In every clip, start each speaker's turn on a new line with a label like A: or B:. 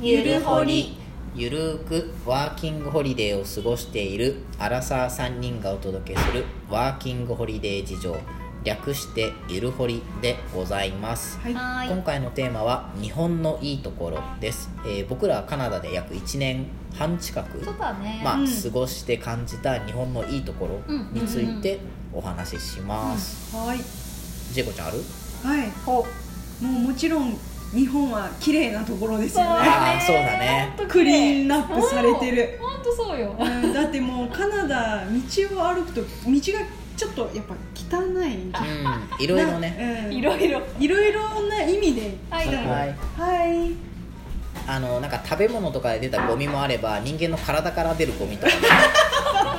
A: ゆるほり
B: ゆるーくワーキングホリデーを過ごしているアラサー3人がお届けするワーキングホリデー事情略してゆるほりでございます
A: はい
C: はーい
B: 今回のテーマは日本のいいところです、えー僕らはカナダで約1年半近く
C: そうだね、
B: まあ、
A: うん
B: 過ごして感じた日本のいいところについてお話しします、
A: はい
B: ジェコちゃんある
A: はい
C: こ
A: もうもちろん日本は綺麗なところですよ
C: そう
A: ね
B: ああそうだね
C: う
A: クリーンナップされてる
C: 本当そうよ
A: うんだってもうカナダ道を歩くと道がちょっとやっぱ汚い
B: うんいろいろね、
A: なうん
C: いろいろ
A: いろいろな意味で
C: はいどうも
B: はい
A: はい
B: あのなんか食べ物とかで出たゴミもあれば人間の体から出るゴミ とかも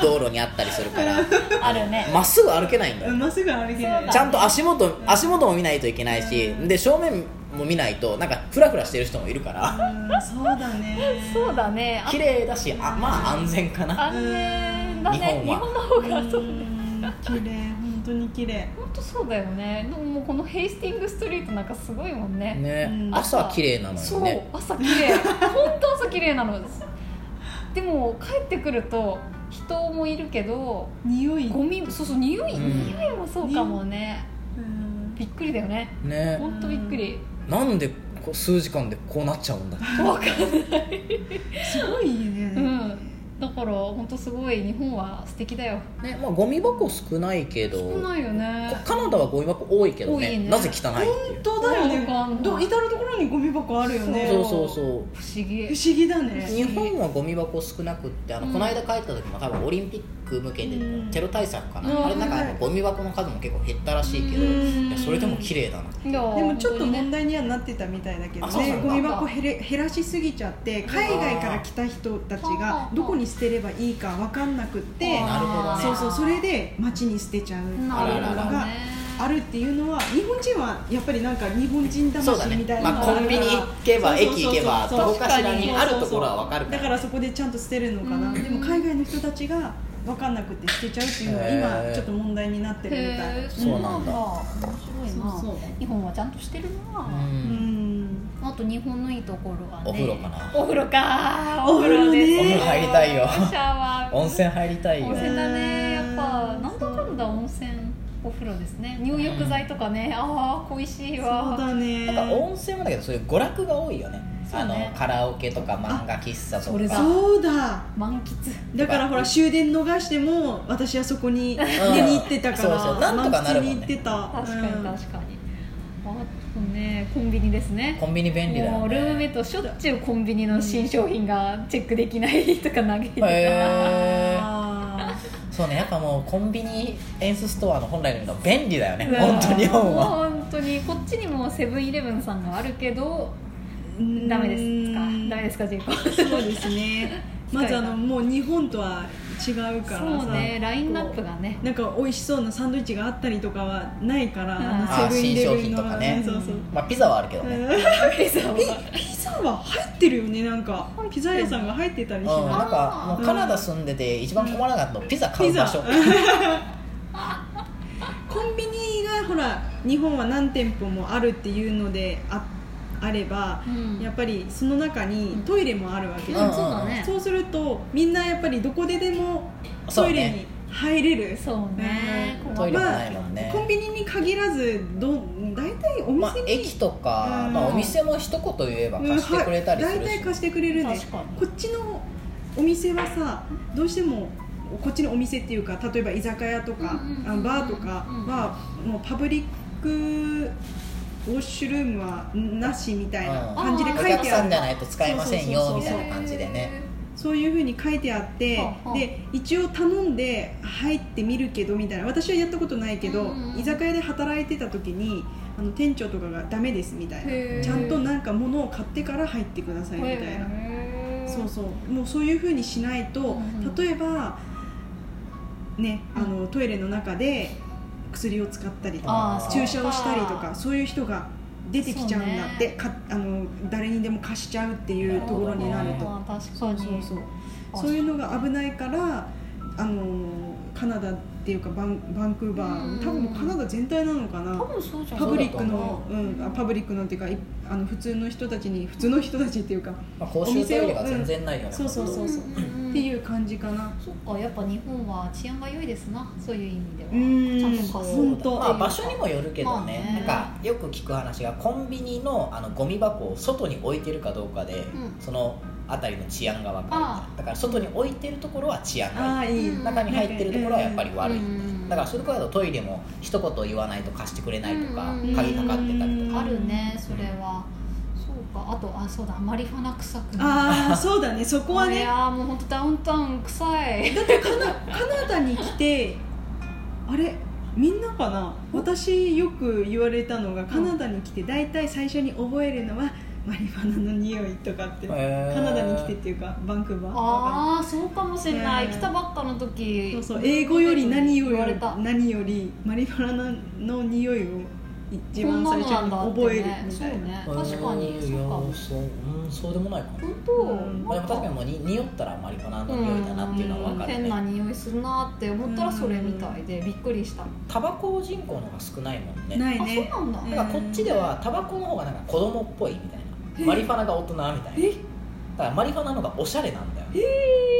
B: 道路にあったりするから
C: あるね
B: まっすぐ歩けないんだ
A: う
B: よ
A: んまっすぐ歩けない
C: そう
B: ち
C: だ
B: ゃんと足元足元も見ないといけないしで正面も見ないとなんかフラフラしてる人もいるから
A: うんそうだね
C: そうだね
B: 綺麗だしあまあ安全かな
C: 安全だね
B: 日
C: 日
B: 本
C: 本の
A: う
C: 方
A: ん
C: がそう
A: 綺麗本当に綺麗
C: 本当そうだよねでももうこのヘイスティングストリートなんかすごいもんね
B: ね
A: うん
B: 朝綺麗なの
C: そ
B: よ
C: う
B: ね
C: 朝綺麗本当朝綺麗なのでも帰ってくると人もいるけど
A: 匂い
C: ゴミそうそう匂い、
B: うん
C: 匂いもそうかもね
A: うん
C: びっくりだよね
B: ね
C: 本当びっくり
B: なんでこう数時間でこうなっちゃうんだ
C: わかんない
A: すごいね
C: うんだから本当すごい日本は素敵だよ
B: ねまあゴミ箱少ないけど
C: 少ないよね
B: カナダはゴミ箱多いけどね
C: 多いね
B: なぜ汚いってい
A: 本
B: う
A: 当だよね
C: そうなんだ
A: ど至る所にゴミ箱あるよね
B: そ
A: 不
B: うそうそう
C: 不思議
A: 思議だね
B: 日本はゴミ箱少なくってあの、
C: うん
B: この間帰った時も多分オリンピック向けて
A: うん
B: テロ対策かな、
C: うん
B: あれなんか
A: はい
B: やっぱゴミ箱の数も結構減ったらしいけど、
C: うん
B: いやそれでも綺麗だな、
C: いや
A: でもちょっと
C: ね
A: 問題にはなってたみたいだけど
B: あそうな
A: ね
B: んだ
A: ゴミ箱減れ減らしすぎちゃって海外から来た人たちがどこに捨てればいいか分かんなくって
B: なるほどね
A: そうそうそれで街に捨てちゃうっていうの
C: なるほど
A: が
C: ね
A: あるっていうのは日本人はやっぱりなんか日本人
B: そうだ
A: 魂
B: ね
A: みたい、な
B: ま
A: の
B: あ、
A: が
B: コ
A: ある
B: ン
A: か
B: ビ
A: ら
B: ニ行けば
A: そうそう
B: 駅
A: そう
B: 行けば
A: そうそう
B: どこかしらにあるところは分かるか
A: だ
B: ら
A: からそこでちゃんと捨てるのかな、
C: うん
A: でも海外の人たちが分かんなくて捨てちゃうっていうのが
B: へー
A: 今ちょっと問題になってるみたい
C: へー
B: そうなんだ
C: 面白いな
A: そうそう
C: 日本はちゃんとしてるな、
B: うん
A: うん
C: あと日本のいいところはね
B: お風呂かな
C: お風呂か
A: お風呂ね
B: お風呂入りたいよ
C: シャワー
B: 温泉入りたいよ
C: 温泉だねやっぱなんだかんだ温泉お風呂ですね入浴剤とかねああ恋しい
A: そう
C: わ
A: だ
B: な
A: ね
B: んか温泉もだけどそういう娯楽が多いよね
C: そうね
B: あのカラオケとか漫画喫茶とか
C: それだ
A: そうだ
C: 満喫
A: だからほら終電逃しても私はそこに寝に行ってたから、
B: うんそうそうなんとかなるもんね
A: 満喫に行ってた
C: 確かに
A: うん
C: 確かに、あとねコンビニですね
B: コンビニ便利だ
C: も
B: よ
C: うルームメ
B: ね
C: イトしょっちゅうコンビニの新商品がチェックできない とか嘆いてた、
B: へー
A: あ
B: そうねやっぱもうコンビニエンスストアの本来のの便利だよね
C: うん
B: 本当に日本は
C: 本当にこっちにもセブンイレブンさんがあるけど
A: ー
C: ダメで
A: う
C: すか
A: ん
C: ダメですかジェイコ
A: そうですねまずあのもう日本とは違うからさ
C: そうねラインナップが ね
A: なんか美味しそうなサンドイッチがあったりとかはないから、
C: うん
A: あのセブンイレブン
B: あ
A: の
B: ー新商品とかね
A: そうそう、
B: まあピザはあるけどね
C: ピザは
A: ピピザは入ってるよねなんか
C: 入ってる
A: ピザ屋さんが入ってた
B: う
A: り
B: ん
A: しない、
B: なんかもうカナダ住んでて一番困らなかったのピザ買う場所
A: ピコンビニがほら日本は何店舗もあるっていうのでああれば、
C: うん
A: やっぱりその中にトイレもあるわけ
C: うん
A: じ
C: そ
A: ゃん、
C: うだね
A: そうするとみんなやっぱりどこででも
B: そう
A: ト
B: ね
A: イレに入れる、
C: そうね
A: うん
B: トイレも
A: まあ
B: ないもんね
A: コンビニに限らずど大体お店に、
B: まあ駅とか
A: うん
B: まあお店も一言言えば貸してくれたりす
A: うん
B: る
A: はい大
B: し
A: 体貸してくれるね
C: 確かに
A: こっちのお店はさどうしてもこっちのお店っていうか例えば居酒屋とか、
C: うんうん
A: あ
C: うん
A: バーとか
C: うん
A: は、もうパブリックウォッシュルームはなしみたいな
B: うん
A: 感じで書い
B: お
A: てある
B: 客さんじゃないと使えません
A: そう
B: よ
A: そう
B: み
A: そう
B: た
A: そう
B: いな感じでね
A: そういうふうに書いてあって
C: はあはあ
A: で一応頼んで入ってみるけどみたいな私はやったことないけど、
C: うんうん
A: 居酒屋で働いてた時にあの店長とかが「ダメです」みたい
C: へ
A: な
C: ー
A: ちゃんとなんか物を買ってから入ってくださいみたいな。
C: へー
A: そうそうもうそういうふうにしないと、
C: うんうん
A: 例えばね
C: う
A: あ
C: ん
A: のトイレの中で薬を使ったりと
C: あ
A: か
C: ー
A: 注射をしたりと
C: そう
A: かそういう人が出てきちゃうんだっ
C: そ
A: て、
C: うね
A: かあの誰にでも貸しちゃうっていうところになると
C: あー確
A: そ
C: か
A: う
C: に
A: そうそう
C: あ
A: そういうのが危ないからあのカナダっていうかバンバンクーバ
C: う
A: ー、
C: ん
A: 多分もうカナダ全体なのかな
C: 多分そうじゃん
A: パブリック
B: そうだと
A: の、うん、あパブリックのっていうかいあの普通の人たちに普通の人たちっていうか
B: まあ、公衆トイレが全然ないような
A: そうそうそうそう、
C: ん
A: っていう感じかな
C: そっかやっぱ日本は治安が良いですなそういう意味では
A: うん
C: ちゃんとこう
A: 本当
B: まあ、場所にもよるけどね,、
C: まあね
B: なんかよく聞く話がコンビニのあのゴミ箱を外に置いてるかどうかで、
C: ん
B: その辺りの治安が分かる
C: あ
B: だから外に置いてるところは治安
A: あ
B: が
A: あ
B: いい
A: いい、
C: うん
B: 中に入ってるところはやっぱり悪い、
C: うん
B: だからそれこそトイレも一言言わないと貸してくれないとか、
C: うん
B: 鍵かかってたりとか、
C: あるねそれはそうかあとあそうだあまり鼻臭くない
A: ああそうだねそこはね
C: いやーもう本当ダウンタウン臭い
A: だってカナカナダに来てあれみんなかな私よく言われたのがカナダに来て大体最初に覚えるのはマリファナの匂いとかって
B: へ
A: カ
B: ー
A: ナダに来てっていうかバンクーバーだか
C: ああそうかもしれない、
A: うん
C: 来たばっかの時
A: らそうそう英語より何よ
C: 言われ
A: り
C: た
A: 何よりマリファナの匂いを一
C: こん
A: 番
C: な
A: 最
C: の
A: 初
C: なん
A: に
C: だって
A: 覚える
C: ね
A: み
C: そ
A: た
C: う
A: いな
C: ね確かに
B: うん
C: そう
B: い
C: か
B: や
C: も
B: そう,、うん、そうでもないかも
C: 本当、
A: うん
B: まあでも確かにもうに匂ったらマリファナの匂いだなっていうのは分かる
C: うん変な
B: ね
C: 匂いするなって思ったらそれみたいでびっくりした、
B: タバコ人口の方が少ないもんね
A: ない
C: あそう
A: ね
C: なんだ、
A: うん
B: だからこっちではタバコの方がなんか子供っぽいみたいなマリファナが大人みたいな
A: え
B: だからマリファナの方がおしゃれなんだよっ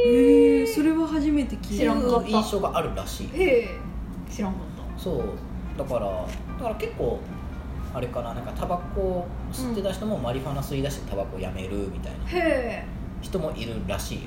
A: へえそれは初めて聞
B: て
A: い
B: い
A: た
C: 知らんかっ
B: う
C: た
B: 印象があるらしい
C: ええ知らんかった
B: そうだからだから結構あれかななんかタバコを吸ってた人もマリファナ吸い出してタバコやめるみたいな
C: へえ
B: 人もいるらしいよ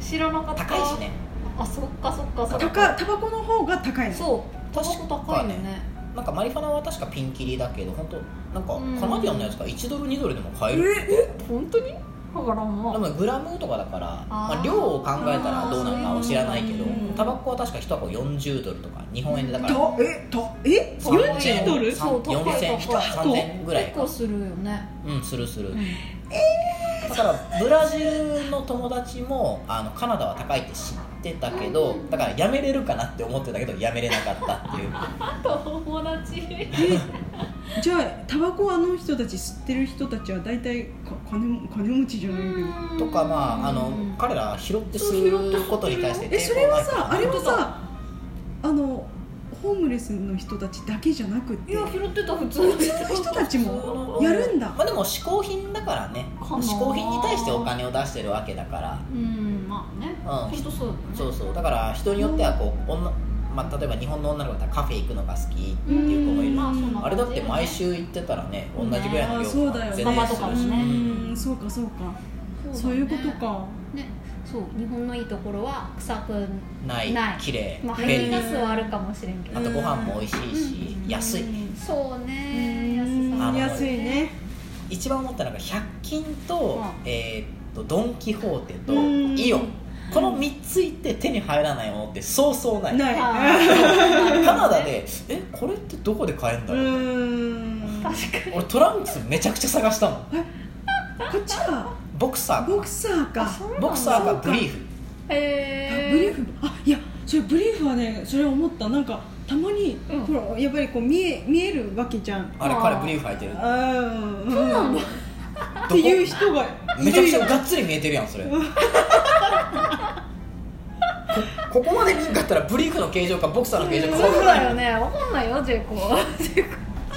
C: 知らなかった
B: 高いしね
C: あそっかそっかそっか
A: 高タバコの方が高いの
C: そうタバコ高いよね
B: なんかマリファナは確かピンキリだけど本当なん
C: うん
B: かカナディアンのやつが1ドル2ドルでも買える
A: ええ
C: 本当にだからも
B: で
C: う
B: もグラムとかだから
C: あー
B: まあ、量を考えたらどうなるかは知らないけど
A: そういうの
B: タバコは確か1箱40ドルとか日本円でだから
A: とえとえ
C: そう
A: 40ドル
C: そう高い高い
B: 4000 3000ぐらい
C: 結
B: か
C: 構するよね、
B: うんするする
C: うん
B: だからブラジルの友達もあのカナダは高いって知ってたけどだからやめれるかなって思ってたけどやめれなかったっていう
C: 友達
A: えじゃあタバコあの人たち吸ってる人たちは大体か金も金持ちじゃないけど
B: とかまああの
C: うん
B: 彼らは拾って吸うことに対して
A: えそれはさ
B: から
A: あれはさあのホームレスの人たちだけじゃなく
C: い
A: て
C: や
A: 普
C: 拾ってた普通
A: 通の人たちもやるんだ
B: まあ、でも嗜好品だからね
C: かな
B: 嗜好品に対してお金を出してるわけだから
C: うんまあね
B: うん
C: 本当そうだね
B: そうそうだから人によってはこう女、まあ、例えば日本の女の子だったらカフェ行くのが好きっていう子もいる
A: うん
C: まあそんな感じよね
B: あれだって毎週行ってたらね同じぐらいの
A: あ
B: 量
A: そうだよね
B: 全然
C: と
B: す
C: か
B: る
C: も
B: し、
C: ね
A: うんそうかそうかそういうことか
C: ねそう日本のいいところは臭く
B: ない
C: ない
B: 綺麗
C: まあ
B: 便
C: 排
B: 利
C: 気ガスはあるかもしれんけど
B: あとご飯も美味しいし、
C: うん
B: 安い
C: そう
A: う
C: ね安さ
A: ん
B: あの
A: 安いね
B: 一番思ったのが100均と,、
C: う
B: えーっとドン・キホーテと
A: うん
B: イオンこの3つ行って手に入らないものってそうそうない
A: ない
C: あー
B: カナダでえこれってどこで買えるんだ
A: う
B: ろう、
A: んこ
C: 確かに
B: 俺トランクスめちゃくちゃ探したもん
A: っちは
B: ボクサー
A: ボク
B: か
A: サーか
B: ボクサー
A: そ
B: か
A: うか
B: ブリーフ
A: あ
C: へ
A: ブリー
C: ー
A: フあいやそれブリーフはねそれ思ったなんかたまに、
C: うん
A: ほらやっぱりこう見え見えるわけじゃん
B: あれ
C: あー
B: 彼ブリーフ履いてる
A: あー
C: なんだ
A: っていう人がいる
B: めちゃくちゃ
A: よ
B: がっつり見えてるやんそれこ ここまで見んかったらブリーフの形状かボクサーの形状か
C: そう
B: 分から
C: だ
B: ん
C: よねわかんないよジェイコ
A: ち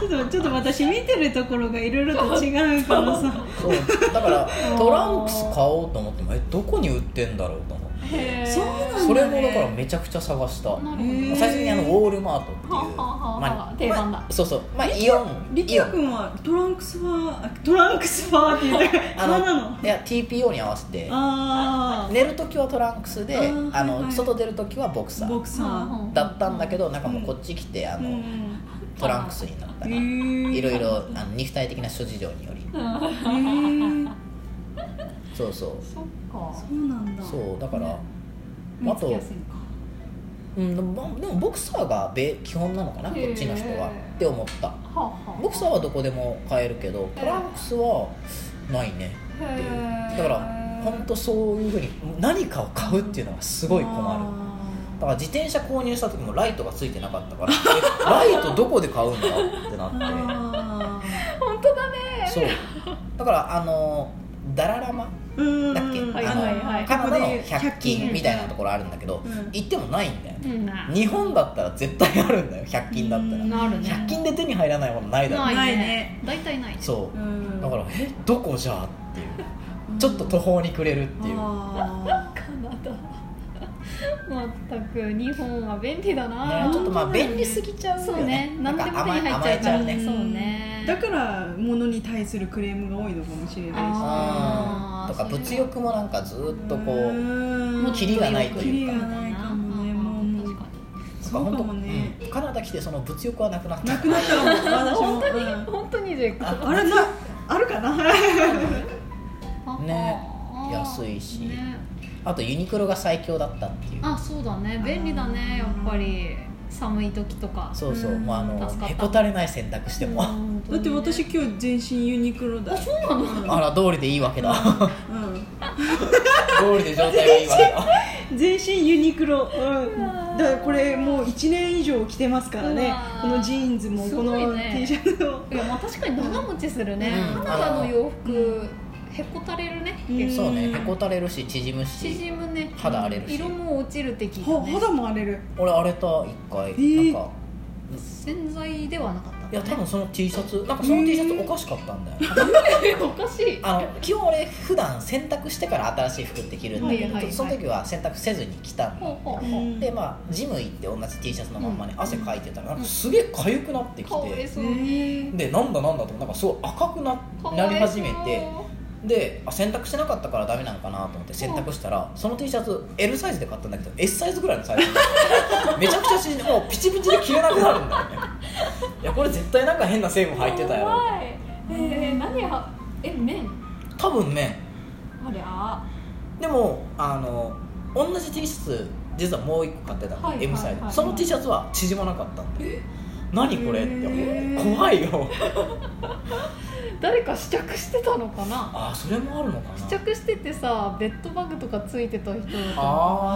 A: ょっとちょっと私見てるところがいろいろと違うからさ
B: そうだからトランクス買おうと思ってもえどこに売ってんだろうと思って
C: へー
A: そうなんだ
B: それもだからめちゃくちゃ探した
C: なるほど
A: へー
C: ね
B: 最終的にあのウォールマートっていう
C: ははは
B: まあ
C: 定番だ
B: そうそうまあイオン
A: りき
B: イオ
A: ょ
B: ン
A: くんはトランクスはあトランクスはって言って
B: あ
A: 何
B: の
A: なの
B: いや TPO に合わせて
A: あ
B: 寝る時はトランクスで
A: あー
B: あの、
A: はいはい
B: 外出る時はボクサ
A: あボ
B: ー
A: クサー
B: だったんだけどなんかもううんこっち来てあ
A: う
B: の、
A: ん
B: トランクスになった
A: へ
B: ら、
A: ー
B: いろいろあの肉体的な諸事情により
C: うん
A: へー
B: そうそう
C: そっか
A: そうなんだ
B: そうだから、
C: 見
B: あ
C: つけ
B: と
C: やすいのか
B: うん、でもまあでもボクサーが米基本なのかなこっちの人は
C: へー
B: って思った
C: はあはあ
B: ボクサーはどこでも買えるけどトランクスはないねっていう
C: へー
B: だから本当そういうふうに何かを買うっていうのがすごい困るだから自転車購入した時もライトがついてなかったからえライトどこで買うんだってなって
A: あー
C: 本当だね
B: そうだからあのダララマ
A: うん
B: だっけ、あの
C: はいはいはい
B: カナダの100
A: 100
B: 均
A: 均
B: みたいなところあるんだけど、
A: うん
B: 行ってもないんだよね
C: うんな
B: 日本だったら絶対あるんだよ100均だったら、
A: うん
C: なるね
B: 100均で手に入らないものないだろう、
C: ない
A: な
C: ね
A: いね
C: 大体ないね
B: そう、
A: うん
B: だからえどこじゃあっていうちょっと途方に暮れるっていう、
A: あ
C: カナダ まったく日本は便利だな、
B: ね、ちょっとまあ
A: 本当だよね
B: 便利すぎちゃうよ、ね、
C: そうね
B: な
C: 何
B: ん
C: で
B: か
C: も手に
B: 甘
C: 入
B: え
C: っちゃうか
B: 甘えちゃ
C: ら
B: う
A: ー
B: ね
C: そうね
A: だから物に対するクレームが多いのかもしれな
C: あ
B: あ
C: ー
B: とか物欲もなんかずっ
A: いし
B: とこう、
A: うん
B: もうキリがないというか
A: キリがないかもねもうもう
C: 確か
A: そうかもね、
B: うんカナダ来てその物欲はなくなっ
A: な
B: た
A: くなった
C: に
A: も
C: 本
A: ん
C: 当に、
A: 私も、
C: 本当にジェイク
A: うんあれなあるかな
B: ね
C: あー
B: 安いし
C: ね
B: あとユニクロが最強だったっていう
C: あそうだね便利だねやっぱり寒い時とか
B: そうそう、
A: うん
B: もうあの
C: 助かった
B: へこたれない選択しても、
A: だって私
C: うん
A: 今日全身ユニクロだそうな の
B: あら通りでいいわけだ通りで状態がいいわけ だ
A: うん、全身ユニクロ、うん、だからこれもう1年以上着てますから
C: う
A: ね
C: わー
A: このジーンズも
C: す
A: こ
C: ご
A: の
C: いね
A: T シャツも
C: いやまあ確かに長持ちするね、
B: うん
C: カナダの洋服、
A: う
C: へこたれるね、
A: うん
B: そうねへこたれるし縮むし
C: 縮むね
B: 肌荒れるし
C: 色も落ちるって聞い
A: ほ
C: たね
A: 肌も荒れる
B: 俺荒れた一回、
A: ー
B: なんか
C: 洗剤ではなかったん
B: い
C: だ
B: や
C: ね
B: 多分その T シャツなんかその T シャツおかしかったんだよ、
C: おかしい
B: あの基本俺普段洗濯してから新しい服って着るんだけど、
C: はいはいはい
B: その時は洗濯せずに着たんだ
C: ほ
B: よ
C: うほう
A: う
C: ほうん
B: でまあジム行って同じ T シャツのまんまね、
C: うん
B: 汗かいてたらなんかすげえ痒くなってき
C: かわい
B: て、
C: そう
A: へ
B: でなんだなんだとなんかすごい赤くな
C: かわいそう
B: なり始めてであ洗濯してなかったからダメなのかなと思って洗濯したら、その T シャツ L サイズで買ったんだけど S サイズぐらいのサイズにな ってめちゃくちゃ縮んでもうピチピチで着れなくなるんだよねいやこれ絶対なんか変な成分入ってたやろ
C: 怖いえー、何はえ麺
B: 多分ね
C: ありゃ
B: でもあの同じ T シャツ実はもう一個買ってたの、
C: はいはい
B: M サイズ、
C: はい
B: その T シャツは縮まなかったんだよ何これって
A: へー
B: 怖いよ
C: 誰か試着してたのかな
B: あそれもあるのかな
C: 試着しててさベッドバッグとかついてた人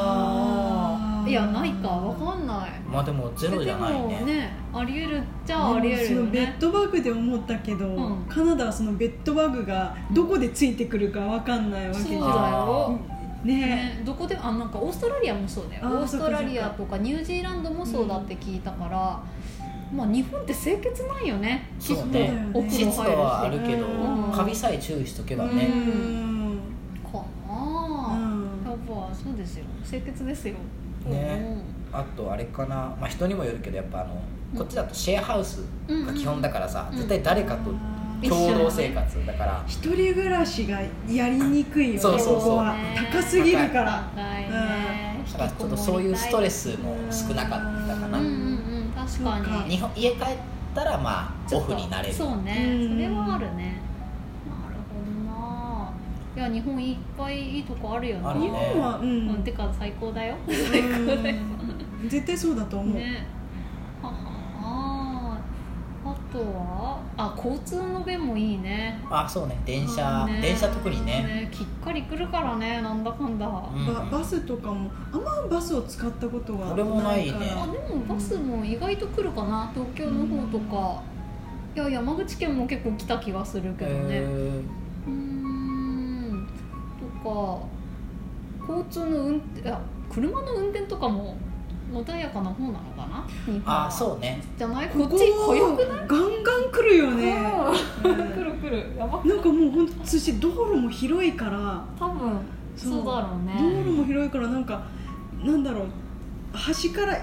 B: あ
A: あー
C: いやないかわかんない
B: ーまあでもゼロじゃないね
C: でもねありえるっちゃありえ
A: で
C: る
A: も
C: よ
A: そのベ
C: ね
A: ッドバッグで思ったけど、
C: うん
A: カナダはそのベッドバッグがどこでついてくるかわかんないわけじ
C: そうだ
A: ゃ
C: よ
A: んね
C: ね、どこであなんかオーストラリアもそうだよ
A: あー
C: オーストラリアとかニュージーランドもそうだって聞いたから、まあ日本って清潔ないよねきっ
B: そ
C: と
B: うね
C: お風
B: 湿
C: 呂
B: 度
C: 入る
B: はあるけど、
A: うん
B: カビさえ注意しとけば
A: う
B: ね、
A: ん
C: しか
A: う
C: な、
A: ん
C: やっぱそうですよ清潔ですよ
B: ねあとあれかな、まあ、人にもよるけどやっぱあのこっちだとシェアハウスが基本だからさ、
C: うん
B: 絶対誰かと
A: あー
B: 共同生活だから、
A: 一人暮らしがやりにくいよね
B: そうそうそう
A: ここは高すぎるから
C: 高いね、
B: だからちょっとそういうストレ
C: ス
B: スも少なかったか
C: うん
B: な、
C: うんうん確か
A: そうか
C: に
B: 日本家帰ったらまあ
C: ちょ
B: オ
C: っと
B: フになれる
C: そうね
A: うん
C: それはあるねなるほどないや日本いっぱいいいとこあるよ
B: ある
A: 日
B: ね
C: ね
A: 本はう
C: うんんてか最高だよ
A: うん絶対そうだと思う、
C: ねははあとはあ交通の便もいいね
B: あそうね電車、
C: うんね
B: 電車特にね
C: きっかり来るからねなんだかんだ、
B: うん
A: ババスとかもあんまバスを使ったことが
B: 俺もないね
A: から
C: あでもバスも意外と来るかな東京の方とか、いや山口県も結構来た気がするけどね、
B: え
C: うーんとか交通の運転あ車の運転とかも穏やかな方なのかな日本
B: ー、
C: は
B: あそうね
C: じゃないこ
A: こ
C: っ
A: こ
C: ち早く
A: ガンガン来るよねう
C: ない
A: ん
C: るくるやば
A: なんかもうほんとそして道路も広いから
C: 多分そうだろう
A: 道
C: ね
A: 路も広いからなんかなんだろう端からい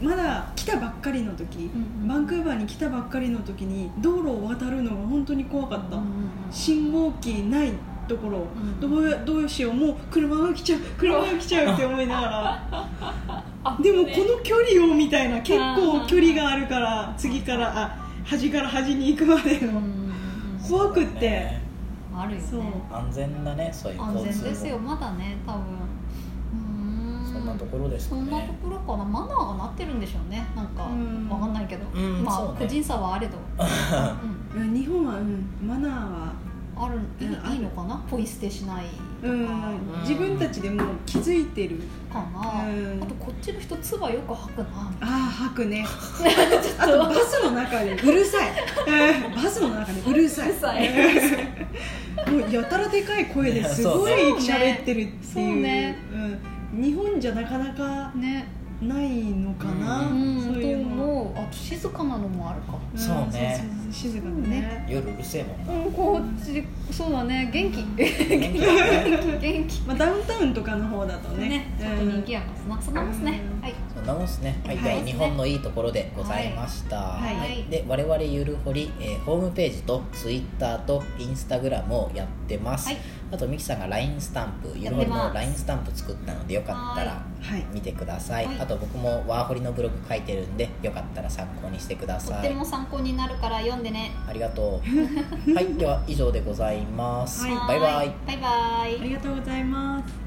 A: まだ来たばっかりの時、
C: うんうん
A: バンクーバーに来たばっかりの時に道路を渡るのが本当に怖かった、
C: うんうんうん
A: 信号機ないところ、
C: ん
A: どうやどうしようもう車が来ちゃう車が来ちゃうって思いながらでもこの距離をみたいな結構距離があるから次からあ端から端に行くまで
C: うんう
A: の
C: んうん
A: 怖くっ
B: そう
A: て
B: ね
C: あるよ
A: そう
C: ね
B: 安全だねそういう
C: 安
B: 交
C: 全
B: 通
C: ですよ
B: も
C: まだね多分うーん
B: そんなところですか
C: そんなと
B: ね
C: ころかなマナーがなってるんでしょうねなんか
A: うん
C: わかんないけど
B: うん
C: まあ
B: そうね
C: 個人差はあれどうん
A: うん日本は、うん、マナーは
C: あるいい
A: うんある
C: いいのかなポイ捨てしないと
A: う
C: か、
A: ん
B: ん
A: 自分たちでもう気づいてる
C: かな、
A: うん
C: あとこっちの人唾よく吐くなみたいな
A: ああ吐く ねあとバスの中でうる さい、えーバスの中でうるさいう
C: るさい
A: もうやたらでかい声ですごい喋ってるっていう
C: そうね
A: うん、日本じゃなかなか
C: ね
A: ないのかな、
C: うん
A: そう
C: と
A: いうのは
C: 思うあと静かなのもあるかも
A: ん
B: そうね
A: そうそうそう静かだね
B: 夜うるせえもんな
C: うんこっちそうだね元気
B: 元気だね
C: 元気
A: まあ、ダウンタウンとかの方だとね
C: ねちょっと人気やからなそんなもんっすね、
A: うん
C: はい
B: そんなもんですね、はい、
A: はい
B: じゃあ日本のいいところでございました、
A: いはい
B: で我々ゆるほり、えーホームページとツイッターとインスタグラムをやってます、
C: はい
B: あとミキさんが LINE スタンプゆ
C: や
B: る
C: っ
B: ほ
C: てます
B: りの LINE スタンプ作ったのでよかったら
A: はい
B: 見てください、
C: はい
B: あと僕もワーホリのブログ書いてるんでよかったら参考にしてくだ
C: とっ
B: さ
C: て
B: い
C: も参考になるから読んでね
B: ありがとうはいでは以上でございます、
A: はい
B: バイバイ
C: バイバイ
A: ありがとうございます